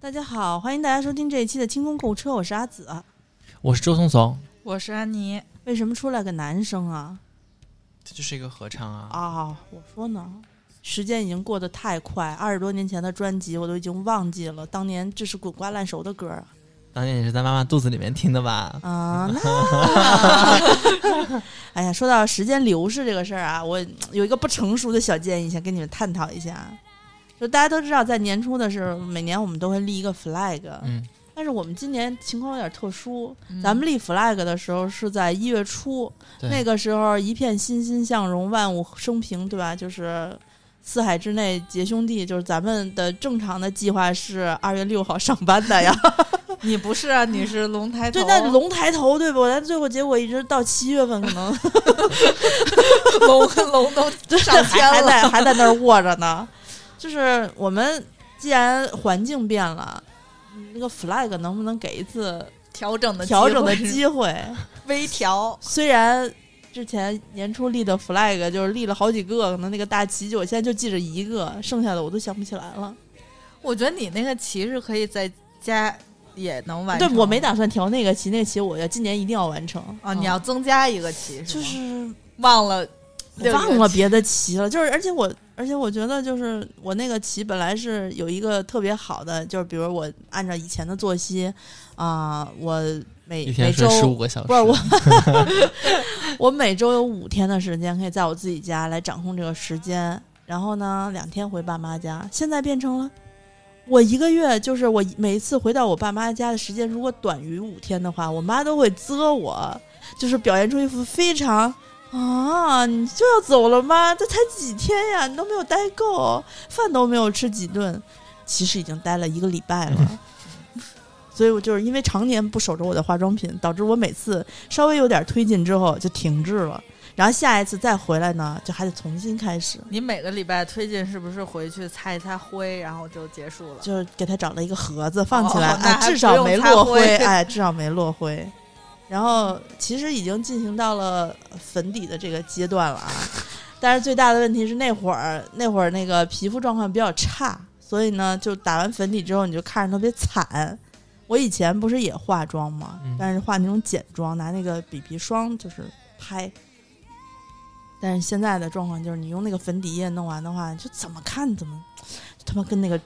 大家好，欢迎大家收听这一期的清空购物车，我是阿紫。我是周松松，我是安妮，为什么出来个男生啊？这就是一个合唱啊！啊，我说呢，时间已经过得太快，二十多年前的专辑我都已经忘记了，当年这是滚瓜烂熟的歌啊。当年也是在妈妈肚子里面听的吧？啊，那，哎呀，说到时间流逝这个事儿啊，我有一个不成熟的小建议，想跟你们探讨一下。啊就大家都知道，在年初的时候，每年我们都会立一个 flag，、嗯，但是我们今年情况有点特殊，嗯咱们立 flag 的时候是在一月初，对那个时候一片欣欣向荣，万物生平，对吧？就是四海之内皆兄弟，就是咱们的正常的计划是二月六号上班的呀。你不是 啊，你是龙抬头，对，那 龙抬头，对吧？但最后结果一直到七月份，可能龙龙都对上天还还了在还在那 儿卧着呢。就是我们既然环境变了，那个 flag 能不能给一次调整的调整的机机会？微调，虽然之前年初立的 flag 就是立了好几个，可能那个大旗就我现在就记着一个，剩下的我都想不起来了。我觉得你那个旗是可以在家也能完对成，，我没打算调那个旗，那个旗我要今年一定要完成啊，你要嗯增加一个旗，就吗是忘了我另一个旗，忘了别的棋了，就是而且我而且我觉得就是我那个棋本来是有一个特别好的，就是比如我按照以前的作息啊、我每一每天睡周十五个小时，不是我， 我每周有五天的时间可以在我自己家来掌控这个时间，然后呢两天回爸妈家。现在变成了我一个月，就是我每一次回到我爸妈家的时间，如果短于五天的话，我妈都会责我，就是表现出一副非常。啊，你就要走了吗？这才几天呀，你都没有待够，饭都没有吃几顿，其实已经待了一个礼拜了。所以我就是因为常年不守着我的化妆品，导致我每次稍微有点推进之后就停滞了。然后下一次再回来呢，就还得重新开始，你每个礼拜推进是不是回去擦一擦灰，然后就结束了？就是给它找了一个盒子放起来，哦那哎，还至少没落不用 擦灰哎，至少没落灰。然后其实已经进行到了粉底的这个阶段了啊，但是最大的问题是那会儿那会儿那个皮肤状况比较差，所以呢，就打完粉底之后你就看着特别惨。我以前不是也化妆吗嗯？但是化那种简妆，拿那个 BB 霜就是拍。但是现在的状况就是，你用那个粉底液弄完的话，就怎么看怎么就他妈跟那个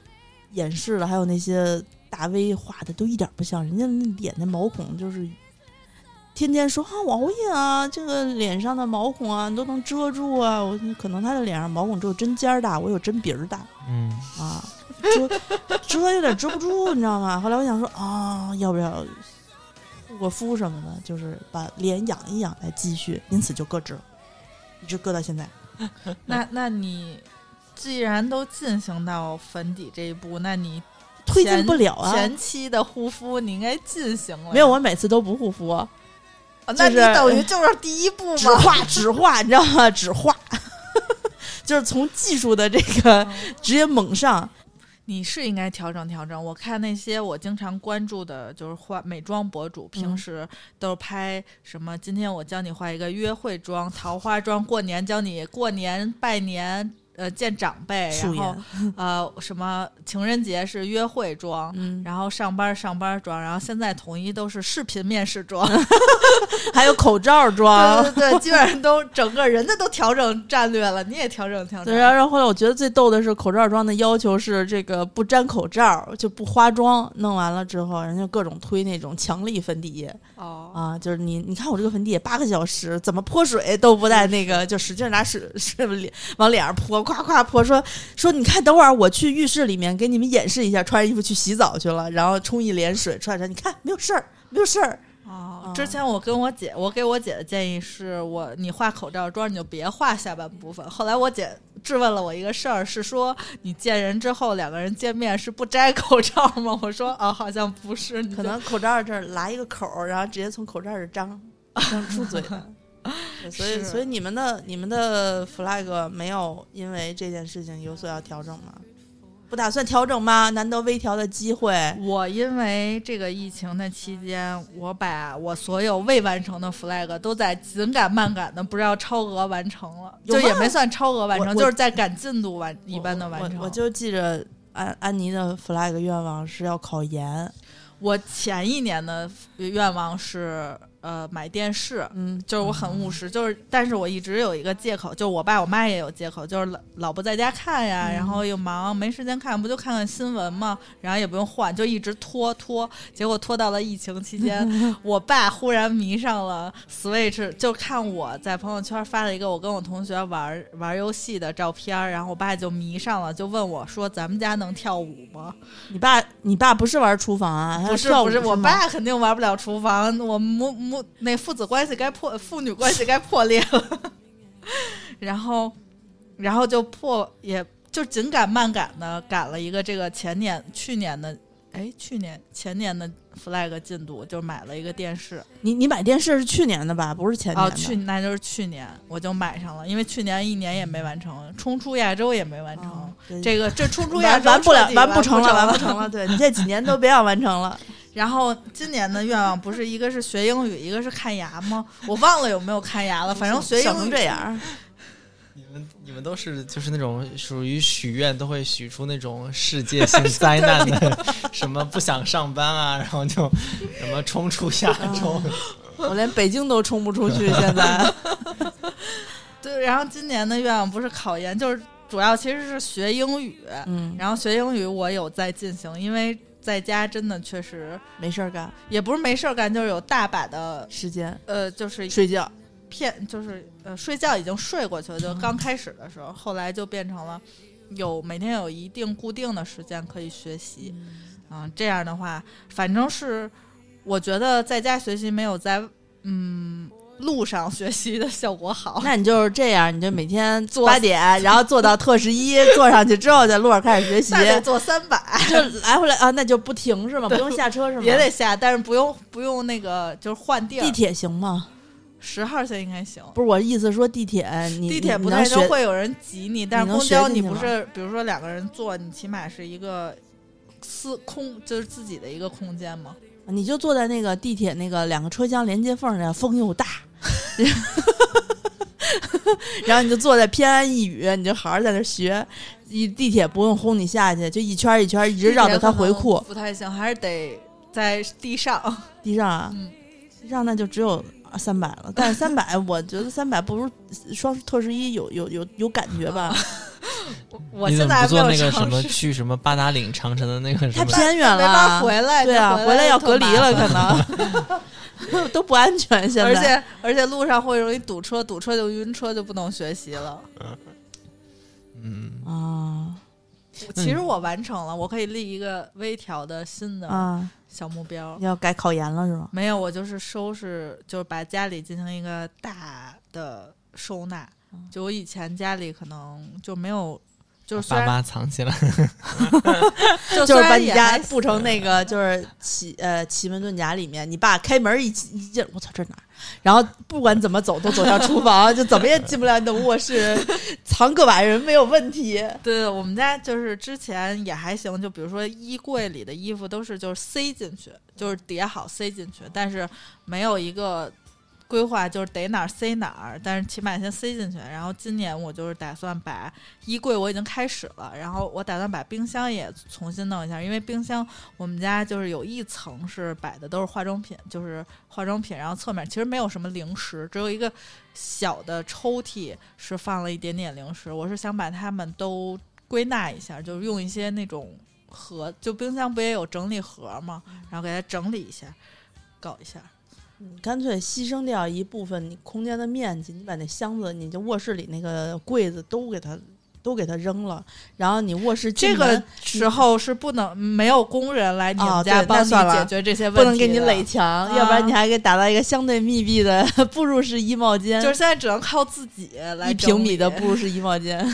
演示的还有那些大 V 画的都一点不像，人家那脸的毛孔就是天天说啊我熬夜啊，这个脸上的毛孔啊你都能遮住啊，我可能他的脸上毛孔只有针尖儿大，我有针鼻儿大嗯， 啊，遮遮有点遮不住，你知道吗？后来我想说啊，要不要护个肤什么的，就是把脸养一养再继续，因此就搁置了，一直搁到现在。嗯那那你既然都进行到粉底这一步，那你推进不了啊！前期的护肤你应该进行了呀，没有，我每次都不护肤，啊就是那你等于就是第一步只嘛。画只画，你知道吗？只画， 就是从技术的这个直接猛上。你是应该调整调整。我看那些我经常关注的，就是化美妆博主，平时都是拍什么？今天我教你化一个约会妆、桃花妆，过年教你过年拜年，呃，见长辈，素然后颜，呃，什么情人节是约会妆，嗯，然后上班上班妆，然后现在统一都是视频面试妆，还有口罩妆。 对对对，基本上都整个人家都调整战略了，你也调整调整对，。然后然后后来我觉得最逗的是，口罩妆的要求是这个不粘口罩就不化妆，弄完了之后，人家各种推那种强力粉底液哦，啊，就是你你看我这个粉底液八个小时怎么泼水都不带那个，就使劲拿水 是脸往脸上泼，夸夸泼，说说你看，等会儿我去浴室里面给你们演示一下，穿着衣服去洗澡去了，然后冲一脸水，出来说你看没有事儿，没有事儿，哦，之前我跟我姐，我给我姐的建议是我你画口罩妆你就别画下半部分。后来我姐质问了我一个事儿，是说你见人之后两个人见面是不摘口罩吗？ 我说啊、好像不是，你就可能口罩这儿拉一个口儿，然后直接从口罩这儿张 张出嘴的。对 所以，是所以你们的你们的 flag 没有因为这件事情有所要调整吗？不打算调整吗？难得微调的机会，我因为这个疫情的期间，我把我所有未完成的 flag 都在紧赶慢赶的，不知道超额完成了，有就吗也没算超额完我成，我就是在赶进度完一般的完成。我我就记着安安妮的 flag 愿望是要考研，我前一年的愿望是呃买电视，嗯，就是我很务实，就是但是我一直有一个借口，就我爸我妈也有借口，就是老老不在家看呀，嗯然后又忙没时间看，不就看看新闻嘛，然后也不用换，就一直拖拖，结果拖到了疫情期间， 我爸忽然迷上了 Switch，就看我在朋友圈发了一个我跟我同学玩玩游戏的照片儿，然后我爸就迷上了，就问我说咱们家能跳舞吗？你爸你爸不是玩厨房啊，他不是跳舞不是，吗我爸肯定玩不了厨房，我母母那父子关系该破，父女关系该破裂了。 然后，然后就破，也就紧赶慢赶的赶了一个这个前年、去年的，哎，去年前年的 flag 进度，就买了一个电视。你你买电视是去年的吧？不是前年哦，的。去那就是去年我就买上了，因为去年一年也没完成，冲出亚洲也没完成。哦对这个这冲出亚完洲完不彻了，底完不成了，完了不。成了。对你这几年都别想完成 了。然后今年的愿望不是一个是学英语，一个是看牙吗？我忘了有没有看牙了，反正学想成英语这 样，你们你们都是就是那种属于许愿都会许出那种世界性灾难的，什么不想上班啊， 然后就什么冲出亚洲，我连北京都冲不出去。现 在对，然后今年的愿望不是考研，就是主要其实是学英语。嗯，然后学英语我有在进行，因为在家真的确实没事儿干，也不是没事儿干，就是有大把的时间呃，就是睡觉。骗，就是呃睡觉已经睡过去了，就刚开始的时候，后来就变成了有每天有一定固定的时间可以学习。嗯，这样的话，反正是我觉得在家学习没有在嗯路上学习的效果好。那你就是这样，你就每天做八点，然后做到特十一，做上去之后，在路上开始学习 那，得做三百，就来回来啊，那就不停是吗？不对用下车是吗？也得下，但是不用不用那个就是换地地儿，铁行吗？十号线应该行。不是我意思说地铁，你地铁你不能太学行，会有人挤你，但你是能公交学你进去不吗是，比如说两个人坐，你起码是一个私空，就是自己的一个空间嘛。你就坐在那个地铁那个两个车厢连接缝儿那儿，风 又大，然后你就坐在偏安一隅，你就好好在那儿学。一地铁不用轰你下去，就一圈儿一圈儿一直绕着它回地铁可库能不太行，还是得在地上。地上啊，嗯地上那就只有三百了。但是三百，我觉得三百不如双特十一有有有有感觉啊吧，我 我你现怎在么还不做没有那个尝什么试去什么八达岭长城的那个太什么？偏远没法了。啊回来，对啊，就回回来要隔离了， 特麻可烦。能 都不安全。现在而且而且路上会容易堵车，堵车就晕车，就不能学习了。嗯，啊其实我完成了，我可以立一个微调的新的啊，小目标。要改考研了是吗？没有，我就是收拾，就是把家里进行一个大的收纳。就我以前家里可能就没有，就是虽啊爸然妈藏起来， 就就虽是把然你也家还布成那个就是奇呃奇门遁甲里面，你爸开门一进一进，我操这哪儿？然后不管怎么走都走向厨房，就怎么也进不了你的卧室， 藏个把人没有问题。对，我们家就是之前也还行，就比如说衣柜里的衣服都是就是塞进去，就是叠好塞进去，但是没有一个规划，就是得哪儿塞哪儿，但是起码先塞进去。然后今年我就是打算把衣柜我已经开始了，然后我打算把冰箱也重新弄一下，因为冰箱我们家就是有一层是摆的都是化妆品，就是化妆品，然后侧面其实没有什么零食，只有一个小的抽屉是放了一点点零食。我是想把它们都归纳一下，就是用一些那种盒，就冰箱不也有整理盒吗？嗯然后给它整理一下，搞一下。你干脆牺牲掉一部分你空间的面积，你把那箱子，你就卧室里那个柜子都给它都给它扔了，然后你卧室这进门个时候是不能没有工人来你哦们对家那帮你算了解决这些问题，不能给你垒。墙，要不然你还给打造一个相对密闭的 步入式衣帽间，就是现在只能靠自己来一平整米理的步入式衣帽间。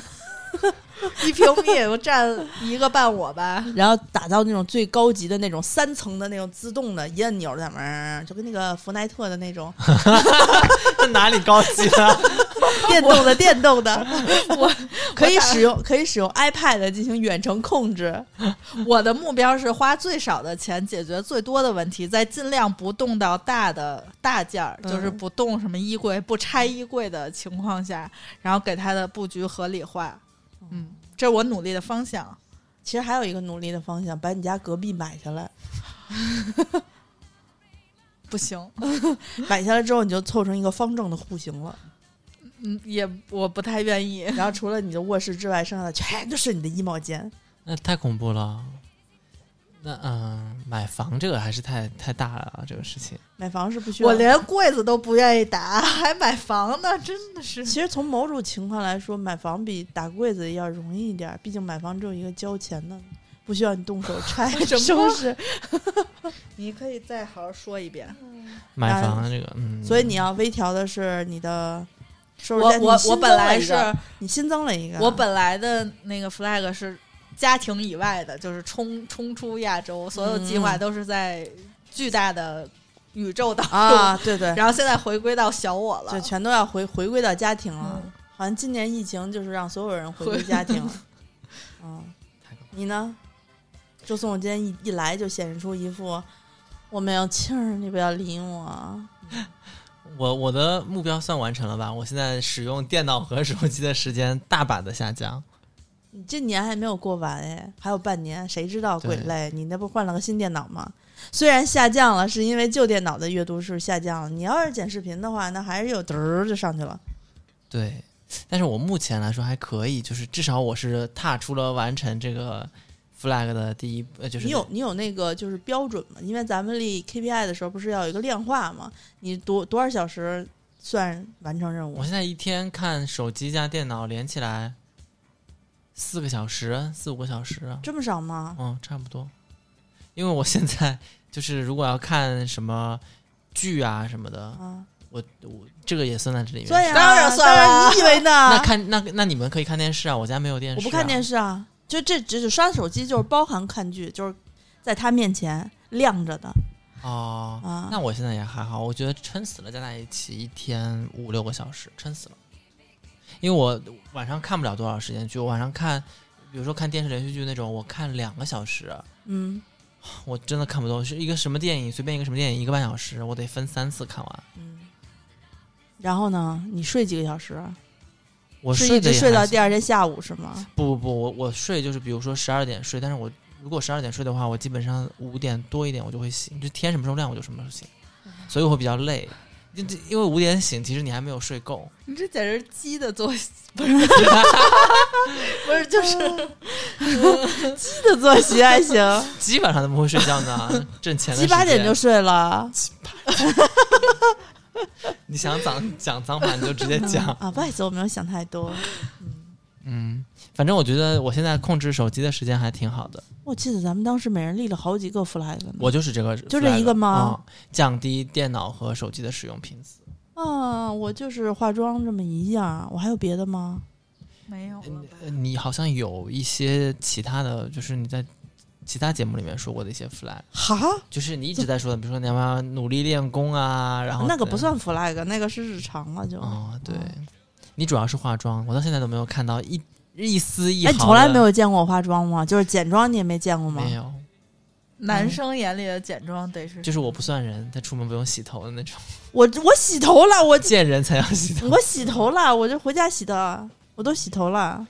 一平米也就占一个半我吧。然后打造那种最高级的那种三层的那种自动的，一按钮在门儿，就跟那个福奈特的那 种哪里高级了？电动的电动 的，我可以使用可以使用 iPad 进行远程控制。 我的目标是花最少的钱解决最多的问题，再尽量不动到大的大件儿，嗯就是不动什么衣柜、不拆衣柜的情嗯况下，然后给它的布局合理化。嗯，这是我努力的方向。其实还有一个努力的方向，把你家隔壁买下来，不行，买下来之后你就凑成一个方正的户型了。嗯，也我不太愿意。然后除了你的卧室之外，剩下的全都是你的衣帽间。那太恐怖了。那嗯，买房这个还是太太大了啊，这个事情。买房是不需要我。连柜子都不愿意打， 还买房呢，真的 是。其实从某种情况来说，买房比打柜子要容易一点儿，毕竟买房只有一个交钱的，不需要你 动手拆什么收拾。 你可以再好好说一遍。买房这个，嗯， 所以你要微调的是你的收我拾间。我你新我增本来了一是个你新增了一个，我本来的那个 flag 是家庭以外的，就是冲冲出亚洲，所有计划嗯都是在巨大的宇宙当中。啊，对对，然后现在回归到小我了就，全都要回回归到家庭了。嗯好像今年疫情就是让所有人回归回家 庭了。嗯太可，你呢？周颂我今天一一来就显示出一副我没有气儿，你不要理我。我我的目标算完成了吧？我现在使用电脑和手机的时间大把的下降。你这年还没有过完哎，还有半年，谁知道对鬼嘞？你那不换了个新电脑吗？虽然下降了，是因为旧电脑的阅读是下降了。你要是剪视频的话，那还是有嘚儿就上去了。对，但是我目前来说还可以，就是至少我是踏出了完成这个 flag 的第一，呃，就是你有你有那个就是标准吗？因为咱们立 KPI 的时候不是要有一个量化吗？你多多少小时算完成任务我？现在一天看手机加电脑连起来四个小时，四五个小时，这么少吗？嗯，差不多。因为我现在就是如果要看什么剧啊什么的，啊，我我这个也算在这里面。算呀，当然算了当然你以为那呢？看那那你们可以看电视啊，我家没有电视、我不看电视。视啊，就这只是刷手机，就是包含看剧，就是在他面前亮着的哦，啊。那我现在也还好，我觉得撑死了加在一起一天五六个小时，撑死了。因为我晚上看不了多少时间剧，我晚上看，比如说看电视连续剧那种，我看两个小时，嗯我真的看不懂。是一个什么电影，随便一个什么电影，一个半小时，我得分三次看完。嗯。然后呢？你睡几个小时？我是一直的也睡还到行第二天下午是吗？不不不，我我睡就是比如说十二点睡，但是我如果十二点睡的话，我基本上五点多一点我就会醒，就天什么时候亮我就什么时候醒，嗯所以我会比较累。因因为五点醒，其实你还没有 睡够。你这简直是鸡的作息，不是就是鸡的作息还 行，基本上怎么会睡觉呢？挣钱的七八时间点就睡了你想讲讲脏话你就 直接讲。啊！不好意思，我没有想太多。嗯，反正我觉得我现在控制手机的时间还挺好的。我记得咱们当时每人立了好几个 flag 呢。我就是这个 flag，就这一个吗嗯降低电脑和手机的使用频次。啊，我就是化妆这么一样，我还有别的吗？没有了吧？呃你好像有一些其他的，就是你在其他节目里面说过的一些 flag。哈，就是你一直在说的，比如说你要不要努力练功啊，然后那个不算 flag，那个是日常了就。哦，对嗯，你主要是化妆，我到现在都没有看到一一丝一毫哎，的。你从来没有见过我化妆吗？就是简妆你也没见过吗？没有，男生眼里的简装得是就是我不算人，他出门不用洗头的那种， 我我洗头了，我见人才要洗头。我洗头了，我就回家洗的，我都洗头了。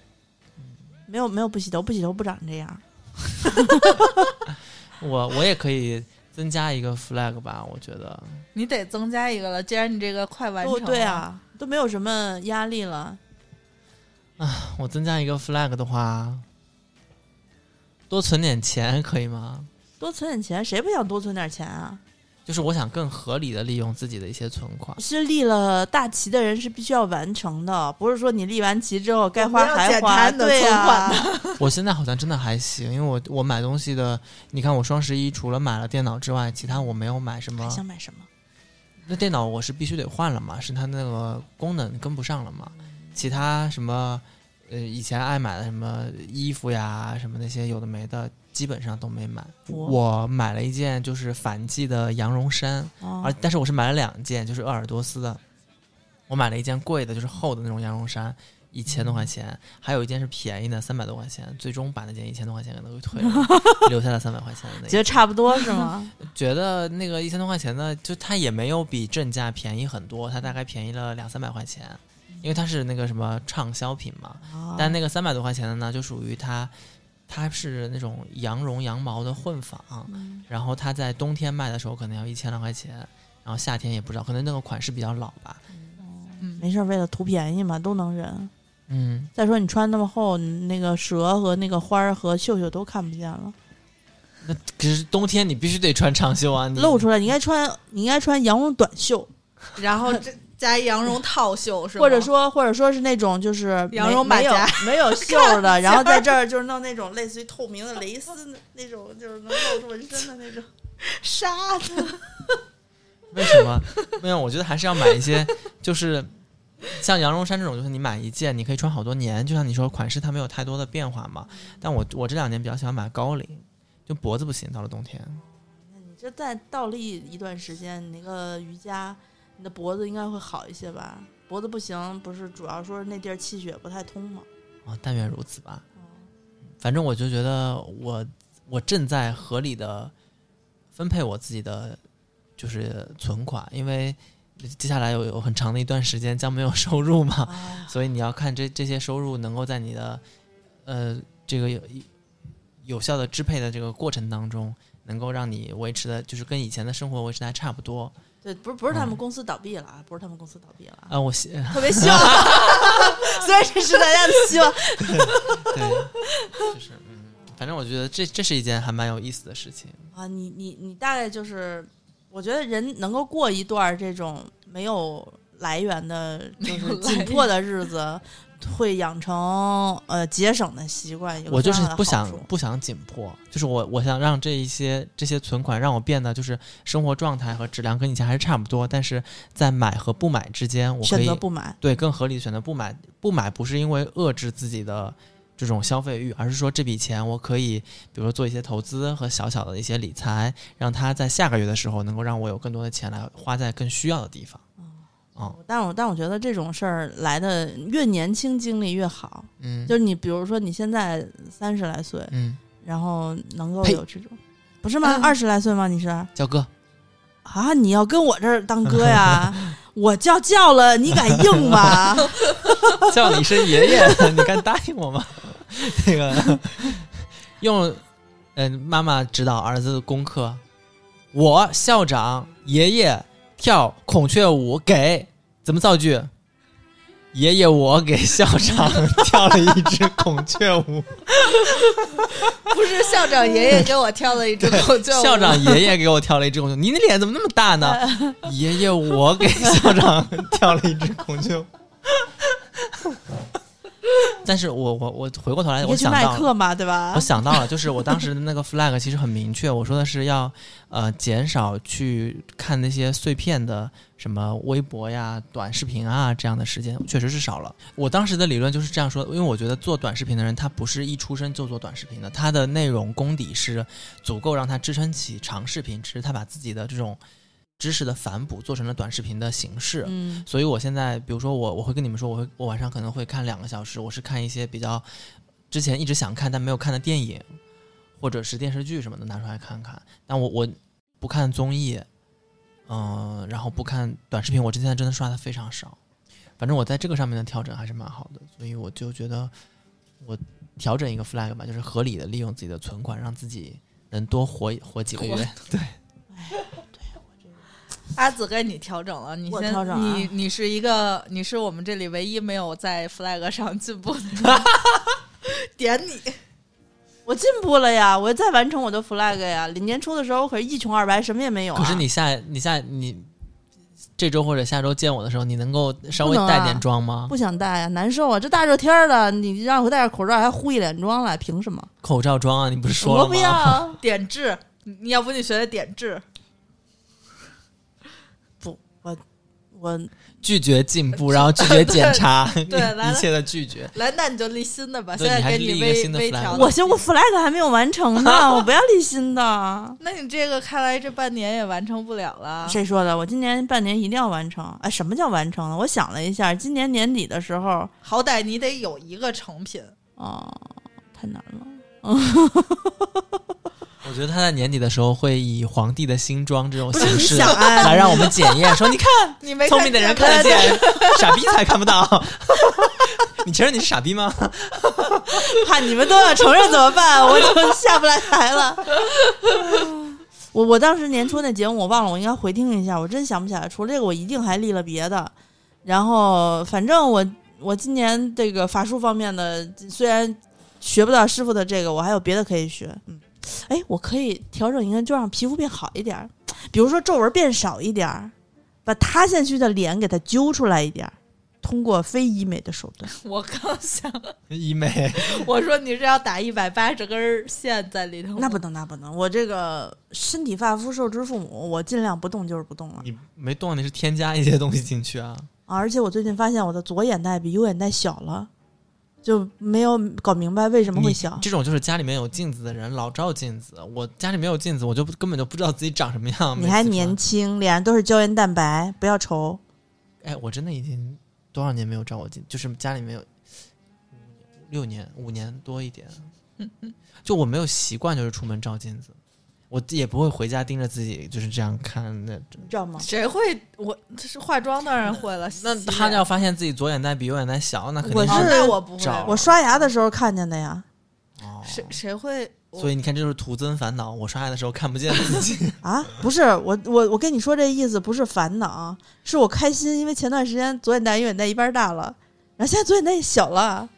没有没有不洗头，不洗头不长这样。我我也可以增加一个 flag 吧，我觉得你得增加一个了。既然你这个快完成哦，了，对，啊，都没有什么压力了。我增加一个 flag 的话，多存点钱可以吗？多存点钱，谁不想多存点钱啊？就是我想更合理的利用自己的一些存款。是立了大旗的人是必须要完成的，不是说你立完旗之后该花我们要还简花。单地对啊呀、我现在好像真的还行，因为我我买东西的，你看我双十一除了买了电脑之外，其他我没有买什还 么。想买什么？那电脑我是必须得换了嘛，是它那个功能跟不上了嘛。其他什么，呃，以前爱买的什么衣服呀，什么那些有的没的，基本上都没买。我买了一件就是反季的羊绒衫，哦而但是我是买了两件，就是鄂尔多斯的。我买了一件贵的，就是厚的那种羊绒衫，一千多块钱；还有一件是便宜的，三百多块钱。最终把那件一千多块钱给它给退了，留下了三百块钱的那觉一件。得差不多是 吗？觉得那个一千多块钱的，就它也没有比正价便宜很多，它大概便宜了两三百块钱，啊啊因为它是那个什么畅销品嘛。但那个三百多块钱的呢，就属于它它是那种羊绒羊毛的混纺，嗯然后它在冬天卖的时候可能要一千来块钱，然后夏天也不知道，可能那个款式比较老吧。嗯，没事儿，为了图便宜嘛，都能忍。嗯，再说你穿那么厚，你那个蛇和那个花儿和绣绣都看不见了，那可是冬天你必须得穿长袖啊，你露出来。你应该穿，你应该穿羊绒短袖，然后这加一羊绒套袖是吗？或者说，或者说是那种就是没羊绒马甲 没有没有袖儿的，然后在这儿就是弄那种 类似于透明的蕾丝的那种，就是能露出纹身的那种。纱子，为什么？没有，我觉得还是要买一些，就是像羊绒衫这种，就是你买一件，你可以穿好多年。就像你说款式，它没有太多的变化嘛。但我我这两年比较喜欢买高领，就脖子不行，到了冬天。你这再倒立一段时间，你那个瑜伽，你的脖子应该会好一些吧？脖子不行，不是主要说是那地儿气血不太通嘛？啊、但愿如此吧。反正我就觉得我我正在合理的分配我自己的就是存款，因为接下来有有很长的一段时间将没有收入嘛，啊，所以你要看这这些收入能够在你的呃这个有有效的支配的这个过程当中，能够让你维持的，就是跟以前的生活维持的还差不多。对，不是不是他们嗯公司倒闭了啊，不是他们公司倒闭了 啊，啊，我希特别希望，虽然这是大家的希望， 对，就是嗯，反正我觉得这这是一件还蛮有意思的事情。啊，你你你大概就是，我觉得人能够过一段这种没有来源的，就没有是紧来迫的日子，会养成呃节省的习惯。有我就这是样的不好想处不想紧迫，就是我我想让这一些这些存款让我变得就是生活状态和质量跟以前还是差不多，但是在买和不买之间，我可选以择不买，对更合理的选择不买。不买不是因为遏制自己的这种消费欲，而是说这笔钱我可以，比如说做一些投资和小小的一些理财，让它在下个月的时候能够让我有更多的钱来花在更需要的地方。哦但我但我觉得这种事儿来的越年轻经历越好。嗯，就是你比如说你现在三十来岁，嗯，然后能够呸有这种，不是吗？嗯二十来岁吗？你是？叫哥，啊，你要跟我这儿 当哥呀？我叫叫了，你敢应吗？ 叫你一声爷爷，你敢答应 我吗？那个用嗯、妈妈指导儿子的功课，我校长爷爷跳孔雀舞给怎么造句？爷爷，我给校长跳了一支孔雀舞。不是校长爷爷给我挑了一只口 罩，校长爷爷给我跳了一支孔雀，你的脸怎么那么大 呢？爷爷，我给校长跳了一支孔 雀舞。但是我我我回过头来，你哎我可以去想卖到了课嘛，对吧？我想到了，就是我当时的那个 flag 其实很明确，我说的是要呃减少去看那些碎片的什么微博呀、短视频啊这样的时间，确实是少了。我当时的理论就是这样说，因为我觉得做短视频的人他不是一出生就做短视频的，他的内容功底是足够让他支撑起长视频，只是他把自己的这种知识的反哺做成了短视频的形式。嗯，所以我现在，比如说我我会跟你们说，我会我晚上可能会看两个小时，我是看一些比较之前一直想看但没有看的电影，或者是电视剧什么的拿出来看看。但我我不看综艺，嗯、然后不看短视频，我之前真的刷的非常少。反正我在这个上面的调整还是蛮好的，所以我就觉得我调整一个 flag 吧，就是合理的利用自己的存款，让自己能多活活几个活月。阿紫该你调整了，你我先，调整啊你你是一个，你是我们这里唯一没有在 flag 上进步的人， 点你，我进步了呀，我再完成我的 flag 呀。年初的时候我可是一穷二白，什么也没有、啊。可是你下你下你这周或者下周见我的时候，你能够稍微不能啊带点妆吗？不想戴呀，难受啊！这大热天儿的，你让我戴着口罩还糊一脸妆来，凭什么？口罩妆啊，你不是说了我不吗？要啊，点痣，你要不你学学点痣，我拒绝进 步，然后拒绝检查，对来了一切的拒绝。来，那你就立新的吧，现对在你还给是立一个微新的微 flag 调的，我先我 flag 还没有完成 呢，我不要立新的。啊那你这个看来这半年也完成不了了，谁说的？我今年半年一定要完成。哎，什么叫完成呢？我想了一下，今年年底的时候，好歹你得有一个成品，哦，太难了。我觉得他在年底的时候会以皇帝的新装这种不是形你式想啊，来让 我们检验，说你看你 没聪明的人看得见，傻逼才看不到。 你承认你是傻逼吗？ 怕你们都要承认怎么办？我就下不来台了。 我我当时年初那节目我忘了，我应该回听一下，我真想不起来。除了这个，我一定还立了别的。然后反正我我今年这个法术方面的，虽然学不到师傅的这个，我还有别的可以学。嗯，哎，我可以调整一个，就让皮肤变好一点儿，比如说皱纹变少一点儿，把塌下去的脸给它揪出来一点儿，通过非医美的手段。我刚想，医美，我说你是要打一百八十根线在里头吗，那不能，那不能，我这个身体发肤受之父母，我尽量不动就是不动了。你没动，啊你是添加一些东西进去啊？啊而且我最近发现我的左眼袋比右眼袋小了，就没有搞明白为什么会你小。这种就是家里面有镜子的人老照镜子，我家里没有镜子，我就不根本就不知道自己长什么样。你每次还出来年？轻，脸上都是胶原蛋白，不要愁。哎，我真的已经多少年没有照过镜，就是家里面有六年、五年多一点，就我没有习惯就是出门照镜子，我也不会回家盯着自己就是这样看那种。你知道吗？谁会？我这是化妆当然会了，那洗他脸要发现自己左眼袋比右眼袋小，那肯我定哦是那我不会找我刷牙的时候看见的呀。哦谁谁会？我所以你看，这就是徒增烦恼。我刷牙的时候看不见 自己，啊，不是我我我跟你说这意思不是烦恼，啊是我开心，因为前段时间左眼袋右眼袋一边大了，然后现在左眼袋也小了。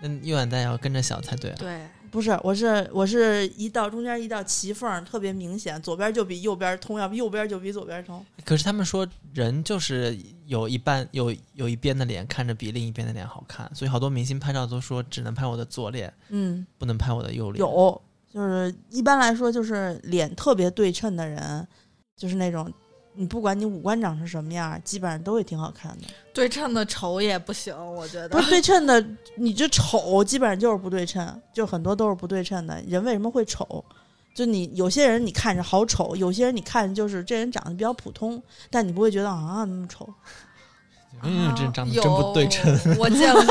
那右眼袋要跟着小才对啊。对，不是，我是我是一道中间一道齐缝特别明显，左边就比右边通，要不右边就比左边通。可是他们说，人就是有一半有有一边的脸看着比另一边的脸好看，所以好多明星拍照都说只能拍我的左脸，嗯，不能拍我的右脸。有，就是一般来说，就是脸特别对称的人，就是那种你不管你五官长成什么样，基本上都会挺好看的。对称的丑也不行，我觉不得是对称的，你这丑基本上就是不对称，就很多都是不对称的。人为什么会丑？就你有些人你看着好丑，有些人你看着就是这人长得比较普通，但你不会觉得啊那么丑。嗯，这啊长得真不对称，有，我见过。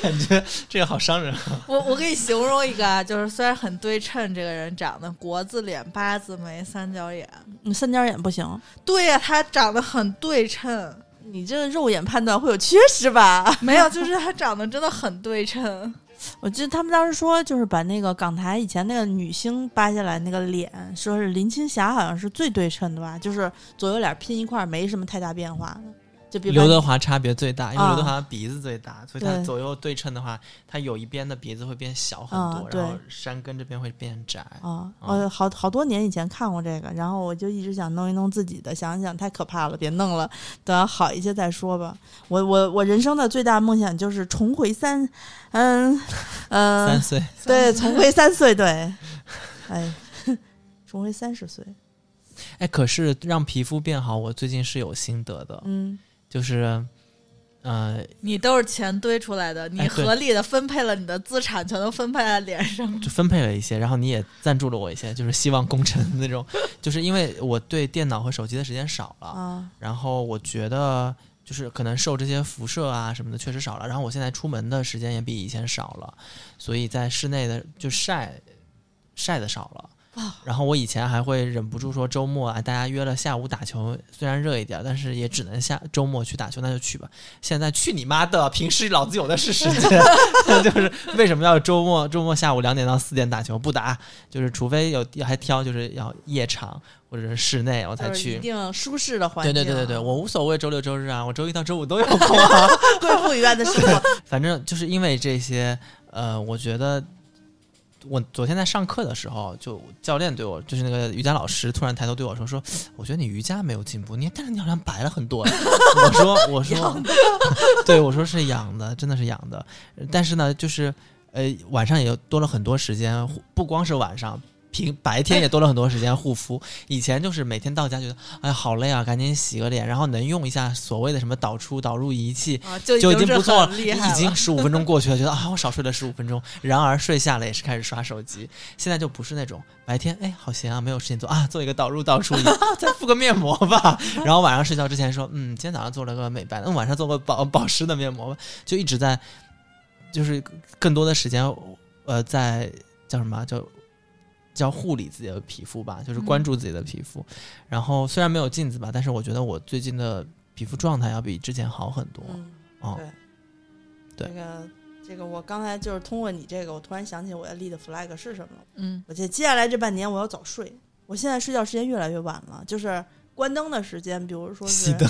感觉这个好伤人。我我给你形容一个，啊，就是虽然很对称，这个人长得国字脸、八字眉、三角眼。你嗯三角眼不行，对呀、他长得很对称，你这肉眼判断会有缺失吧？ 没有，就是他长得真的很对称。我记得他们当时说，就是把那个港台以前那个女星扒下来那个脸，说是林青霞好像是最对称的吧，就是左右脸拼一块儿没什么太大变化的，就比刘德华差别最大，因为啊刘德华鼻子最大，所以他对左右对称的话，他有一边的鼻子会变小很啊多，对然后山根这边会变窄。啊，嗯我好好多年以前看过这个，然后我就一直想弄一弄自己的，想想太可怕了，别弄了，等好一些再说吧。我我我人生的最大梦想就是重回三，嗯嗯、三岁， 对，重回三岁，对，哎， 重回三十岁，哎，可是让皮肤变好，我最近是有心得的，嗯，就是，呃，你都是钱堆出来的，你哎对合理的分配了你的资产，全都分配在脸上。就分配了一些，然后你也赞助了我一些，就是希望工程那种， 就是因为我对电脑和手机的时间少了，啊然后我觉得就是可能受这些辐射啊什么的确实少了，然后我现在出门的时间也比以前少了，所以在室内的就晒晒的少了。然后我以前还会忍不住说周末啊，大家约了下午打球，虽然热一点，但是也只能下周末去打球，那就去吧。现在去你妈的，平时老子有的是时间， 就是为什么要周末周末下午两点到四点打球不打？就是除非有还挑就是要夜场或者是室内我才就是去一。定舒适的环对境，啊对对对对，我无所谓周六周日啊，我周一到周五都有空啊。贵妇一般的生 活。反正就是因为这些，呃，我觉得我昨天在上课的时候，就教练对我，就是那个瑜伽老师，突然抬头对我说：“说我觉得你瑜伽没有进步，你但是你好像白了很多。”我说：“我说，对我说是养的，真的是养的。但是呢，就是呃，晚上也有多了很多时间，护不光是晚上。”平白天也多了很多时间护肤，以前就是每天到家觉得，哎呀好累啊，赶紧洗个脸，然后能用一下所谓的什么导出导入仪器，啊，就就已经是不错很了，厉害已经十五分钟过去了，觉得啊，我少睡了十五分钟。然而睡下了也是开始刷手机，现在就不是那种白天哎好闲啊，没有事情做啊，做一个导入导出仪，啊再敷个面膜吧。然后晚上睡觉之前说，嗯，今天早上做了个美白，那、晚上做个保保湿的面膜吧，就一直在，就是更多的时间呃在叫什么啊叫。叫护理自己的皮肤吧，就是关注自己的皮肤。然后虽然没有镜子吧，但是我觉得我最近的皮肤状态要比之前好很多。嗯哦对，对这个这个，我刚才就是通过你这个，我突然想起我要立的 flag 是什么了。嗯我这接下来这半年我要早睡，我现在睡觉时间越来越晚了，就是关灯的时间，比如说是熄灯，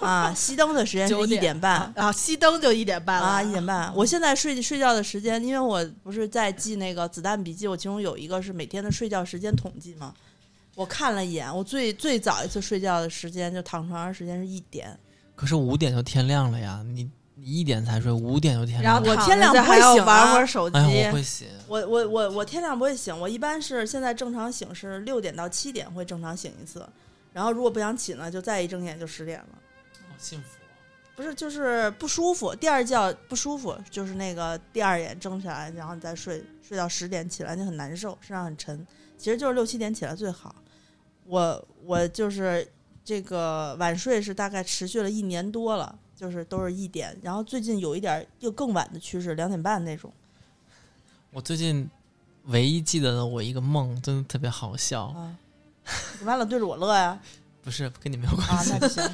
啊，熄灯的时间是九一点点半。啊，熄灯就一点半了啊，一点半。我现在睡睡觉的时间，因为我不是在记那个子弹笔记，我其中有一个是每天的睡觉时间统计嘛。我看了一眼，我最最早一次睡觉的时间，就躺床上时间是一点。可是五点就天亮了呀，你你一点才睡，五点就啊天然亮后了。我躺天着亮再不还会要醒玩啊会儿手机，哎呀，我会写，我我我我天亮不会醒，我一般是现在正常醒是六点到七点会正常醒一次，然后如果不想起呢，就再一睁眼就十点了。好幸福啊、不是，就是不舒服，第二觉不舒服，就是那个第二眼睁起来，然后你再睡，睡到十点起来就很难受，身上很沉。其实就是六七点起来最好。我我就是这个晚睡是大概持续了一年多了，就是都是一点，然后最近有一点儿又更晚的趋势，两点半那种我最近唯一记得的我一个梦，真的特别好笑，啊。你完了对着我乐呀不是跟你没有关系。 啊，那不行，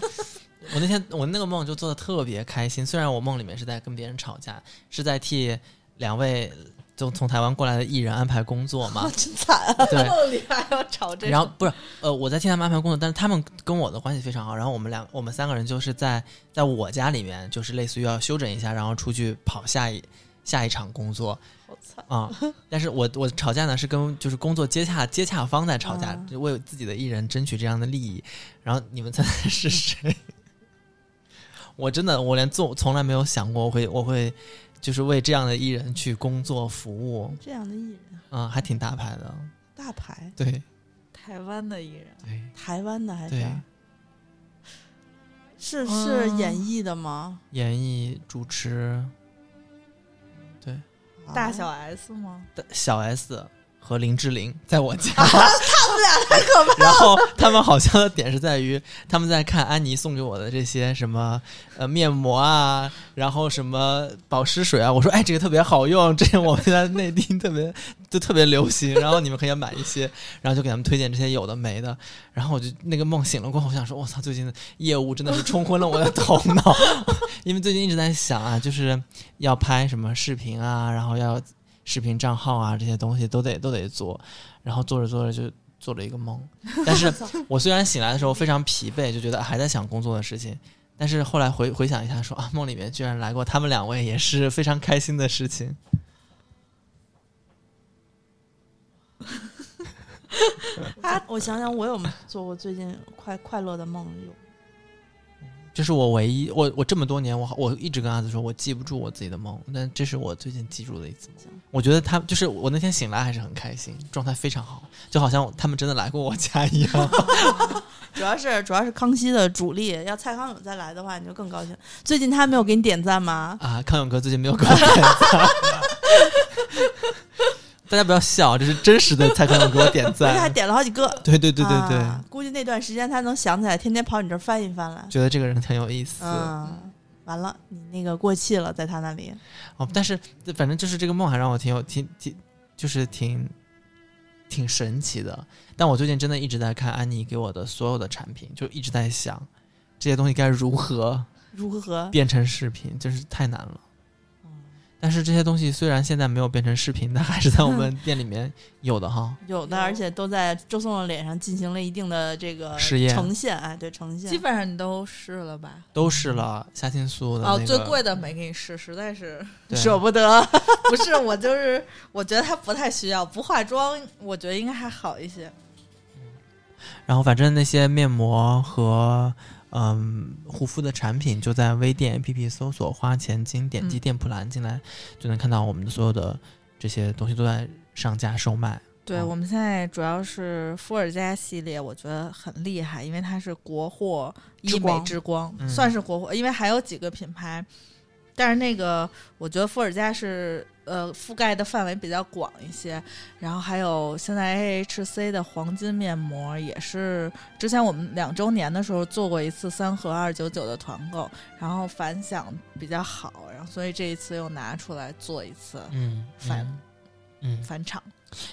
我那天我那个梦就做的特别开心，虽然我梦里面是在跟别人吵架，是在替两位就从台湾过来的艺人安排工作嘛 啊， 真惨啊！对。梦里还要吵这然后种不是，呃，我在替他们安排工作，但是他们跟我的关系非常好。然后我们两我们三个人就是在在我家里面，就是类似于要休整一下，然后出去跑下一下一场工作。好惨，啊、但是我我吵架呢是跟就是工作接洽接洽方在吵架，啊就为自己的艺人争取这样的利益，然后你们猜猜是谁？ 我真的我连做从来没有想过我会我会就是为这样的艺人去工作服务这样的艺人，啊、还挺大牌的，大牌，对台湾的艺人，对台湾的还是对，是是嗯演绎的吗？演艺主持啊大小 S 吗？的小 S 和林志玲在我家，啊太可怕然后他们好笑的点是在于，他们在看安妮送给我的这些什么呃面膜啊，然后什么保湿水啊，我说哎这个特别好用，这个我们在内地特别就特别流行，然后你们可以买一些，然后就给他们推荐这些有的没的，然后我就那个梦醒了过后，我想说我操，最近的业务真的是冲昏了我的头脑，因为最近一直在想啊，就是要拍什么视频啊，然后要视频账号啊这些东西都得都得做，然后做着做着就。做了一个梦，但是我虽然醒来的时候非常疲惫，就觉得还在想工作的事情，但是后来回回想一下说，啊，梦里面居然来过他们两位，也是非常开心的事情。啊！我想想，我有没有做过最近快快乐的梦？有这是我唯一，我我这么多年，我好我一直跟阿紫说，我记不住我自己的梦，但这是我最近记住的一次梦行。我觉得他就是我那天醒来还是很开心，状态非常好，就好像他们真的来过我家一样。主要是主要是康熙的主力，要蔡康永再来的话，你就更高兴。最近他没有给你点赞吗？啊，康永哥最近没有给我点赞， 大家不要笑，这是真实的蔡康永给我点而且 还赞。点了好几个。对对对对对，啊估计那段时间他能想起来，天天跑你这儿翻一翻来。觉得这个人很有意思。嗯，完了，你那个过气了，在他那里。哦，但是反正就是这个梦还让我挺有挺挺，就是挺挺神奇的。但我最近真的一直在看安妮给我的所有的产品，就一直在想这些东西该如何如何？嗯变成视频，真是太难了。但是这些东西虽然现在没有变成视频，但还是在 我们店里面有的哈。有的，有而且都在周颂的脸上进行了一定的这个实验呈现。哎，对，呈现。基本上你都试了吧？都是了，虾青素的、那哦个、，最贵的没给你试，实在是 对舍不得，不是我就是我觉得它不太需要，不化妆我觉得应该还好一些。然后反正那些面膜和嗯护肤的产品，就在微店 APP 搜索“花钱精”，点击嗯店铺栏进来，就能看到我们的所有的这些东西都在上架售卖。对，哦我们现在主要是伏尔加系列，我觉得很厉害，因为它是国货之医美光之光，嗯算是国货，因为还有几个品牌，但是那个我觉得伏尔加是呃覆盖的范围比较广一些，然后还有现在 AHC 的黄金面膜也是，之前我们两周年的时候做过一次三盒二九九的团购，然后反响比较好，然后所以这一次又拿出来做一次嗯，反嗯，返场。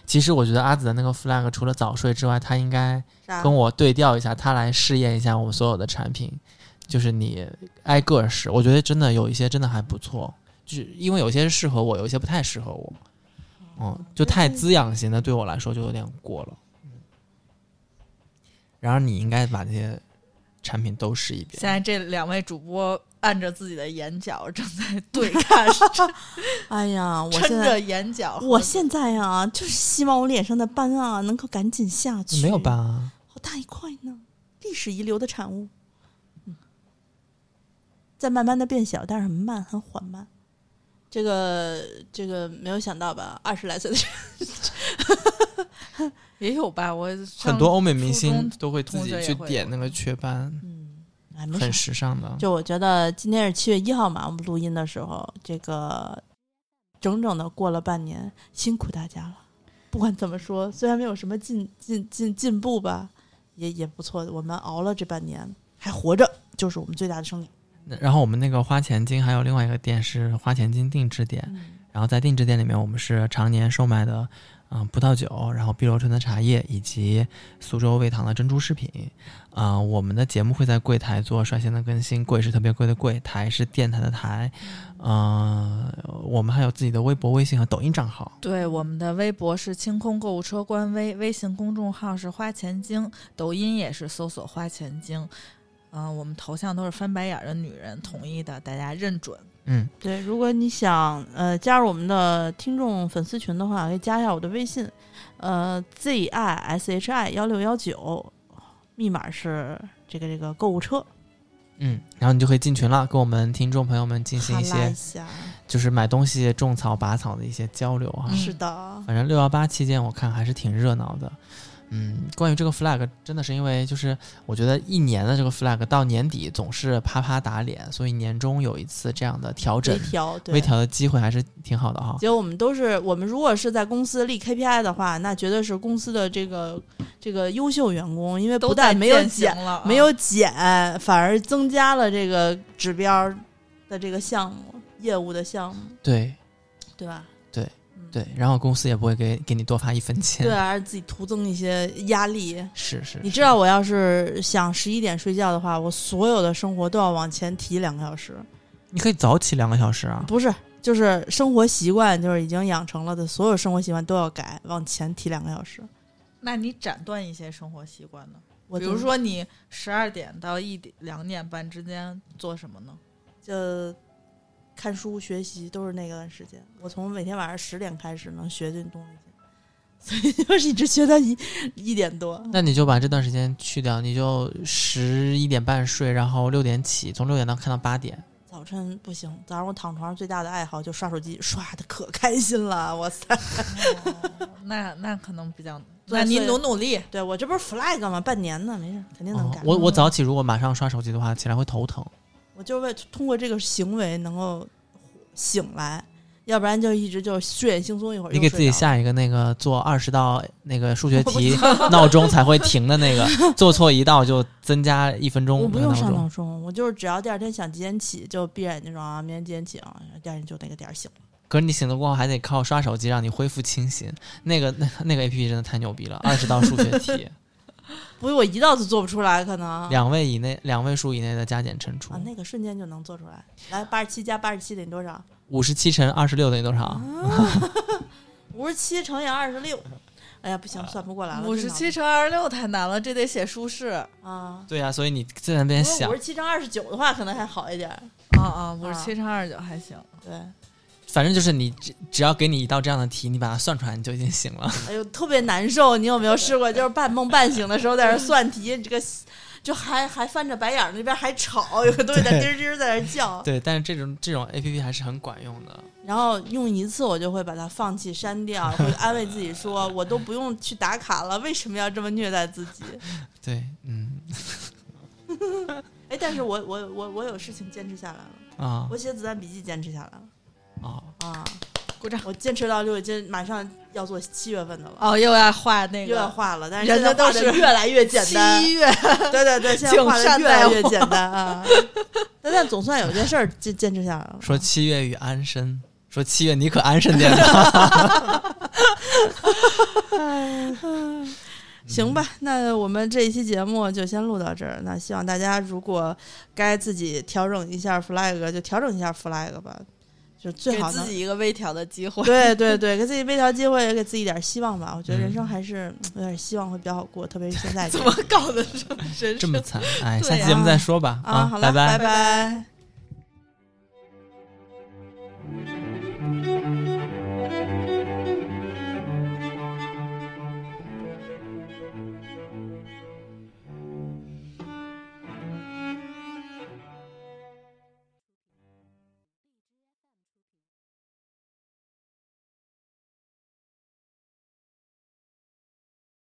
其实我觉得阿紫的那个 flag 除了早睡之外，他应该啥跟我对调一下，他来试验一下我们所有的产品，就是你挨个试。我觉得真的有一些真的还不错，就是因为有些适合我，有些不太适合我，嗯，就太滋养型的对我来说就有点过了。然而你应该把这些产品都试一现遍，在这两位主播按着自己的眼角正在对 看，哎呀，我抻现着在眼角。我现在呀、就是希望我脸上的斑啊能够赶紧下去。没有，办啊。好大一块呢，历史遗留的产物，嗯，在慢慢的变小，但是很慢，很缓慢。这个这个没有想到吧？二十来岁的人，也有吧，我上很多欧美明初星中都会自同学己也去会点那个雀斑，嗯，哎，没事很。时尚的。就我觉得今天是七月一号嘛，我们录音的时候，这个整整的过了半年，辛苦大家了。不管怎么说，虽然没有什么进进进进步吧，也也不错。我们熬了这半年，还活着，就是我们最大的胜利。然后我们那个花钱精还有另外一个店是花钱精定制店，然后在定制店里面，我们是常年售卖的，嗯、葡萄酒，然后碧螺春的茶叶以及苏州味堂的珍珠饰品。啊、我们的节目会在柜台做率先的更新，柜是特别贵的柜，台是电台的台。嗯、我们还有自己的微博、微信和抖音账号。对，我们的微博是清空购物车官微，微信公众号是花钱精，抖音也是搜索花钱精。嗯、我们头像都是翻白眼儿的女人，统一的，大家认准。嗯，对，如果你想呃加入我们的听众粉丝群的话，可以加一下我的微信，呃 z i s h i 幺六幺九，密码是这个这个购物车，嗯，然后你就可以进群了，跟我们听众朋友们进行一哈拉些下，就是买东西、种草、拔草的一些交流哈、嗯是的，反正六幺八期间，我看还是挺热闹的。嗯，关于这个 flag，真的是因为就是我觉得一年的这个 flag 到年底总是啪啪打脸，所以年终有一次这样的调整微、调对微调的机会还是挺好的哈。结果我们都是，我们如果是在公司立 KPI 的话，那绝对是公司的这个这个优秀员工，因为不都但在没有践行减，了、啊没。有减，反而增加了这个指标的这个项目业务的项目，对对吧？对嗯，对，然后公司也不会给给你多发一分钱。对啊，而自己徒增一些压力。是是，你是知道，我要是想十一点睡觉的话，我所有的生活都要往前提两个小时。你可以早起两个小时啊。不是，就是生活习惯，就是已经养成了的所有生活习惯都要改，往前提两个小时。那你斩断一些生活习惯呢？我比就如说你十二点到一点两点半之间做什么呢？就看书、学习都是那段时间。我从每天晚上十点开始能学这东西，所以就是一直学到一一点多。那你就把这段时间去掉，你就十一点半睡，然后六点起，从六点到看到八点。早晨不行，早上我躺床上最大的爱好就刷手机，刷的可开心了，哇塞！那那可能比较，对那你所以努努力。对我这不是 flag 吗？半年呢，没事，肯定能哦改。我我早起如果马上刷手机的话，起来会头疼。我就为通过这个行为能够醒来，要不然就一直就睡眼惺忪一会儿。你给自己下。下一个那个做二十道那 个数学题 闹钟才会停的那个，做错一道就增加一分钟我不那用个闹上闹钟。钟，我就是只要第二天想几点起，就闭着眼睛说啊，明天几点起啊，第二天就那个点儿醒了。可是你醒了过后还得靠刷手机让你恢复清醒，那个那那个 A P P 真的太牛逼了，二十道数 学题，不过我一道都做不出来，可能啊，两位以内两位数以内的加减乘除，那个瞬间就能做出来。来，八十七加八十七等于多少？五十七乘二十六等于多少？啊五十七乘以二十六。哎呀，不行，算不过来了。五十七乘二十六太难了，这得写苏轼。这脑啊，对呀、所以你在那边想五十，七乘二十九的话，可能还好一点儿。啊啊，五十七乘二十九还行。对，反正就是你只只要给你一道这样的题，你把它算出来，你就已经醒 了。哎呦，特别难受。你有没有试 过，就是半梦半醒的时候在那儿算题，你这个就还还翻着白眼儿，那边还 吵，有个东西在对滴儿滴儿在那儿叫。对，但是这种这种 A P P 还是很管用的。然后用一次我就会把它放弃删 掉，会安慰自己说，我都不用去打卡了，为什么要这么虐待自己？对，嗯哎，但是我我我我有事情坚持下来了，啊我写子弹笔记坚持下来了啊，啊，鼓掌。我坚持到六月，今马上要做七月份的了。哦，又要画那又要个画了，但是人现在家都画的是越来越简单。七月，对对对，现在请画的善越来待越我简单啊！但但总算有件事儿坚坚持下来了。说七月与安生，说七月你可安 生点了。行吧，那我们这一期节目就先录到这儿。那希望大家如果该自己调整一下 flag，就调整一下 flag 吧。就最给好自能己一个微调的机 会。对对对，给自己微调机会，也给自己一点希望吧。我觉得人生嗯还是嗯有点希望会比较好过，特别是 现在这怎样么搞的这么人这生么惨，哎，对下期节目啊再说吧啊。好了，拜拜。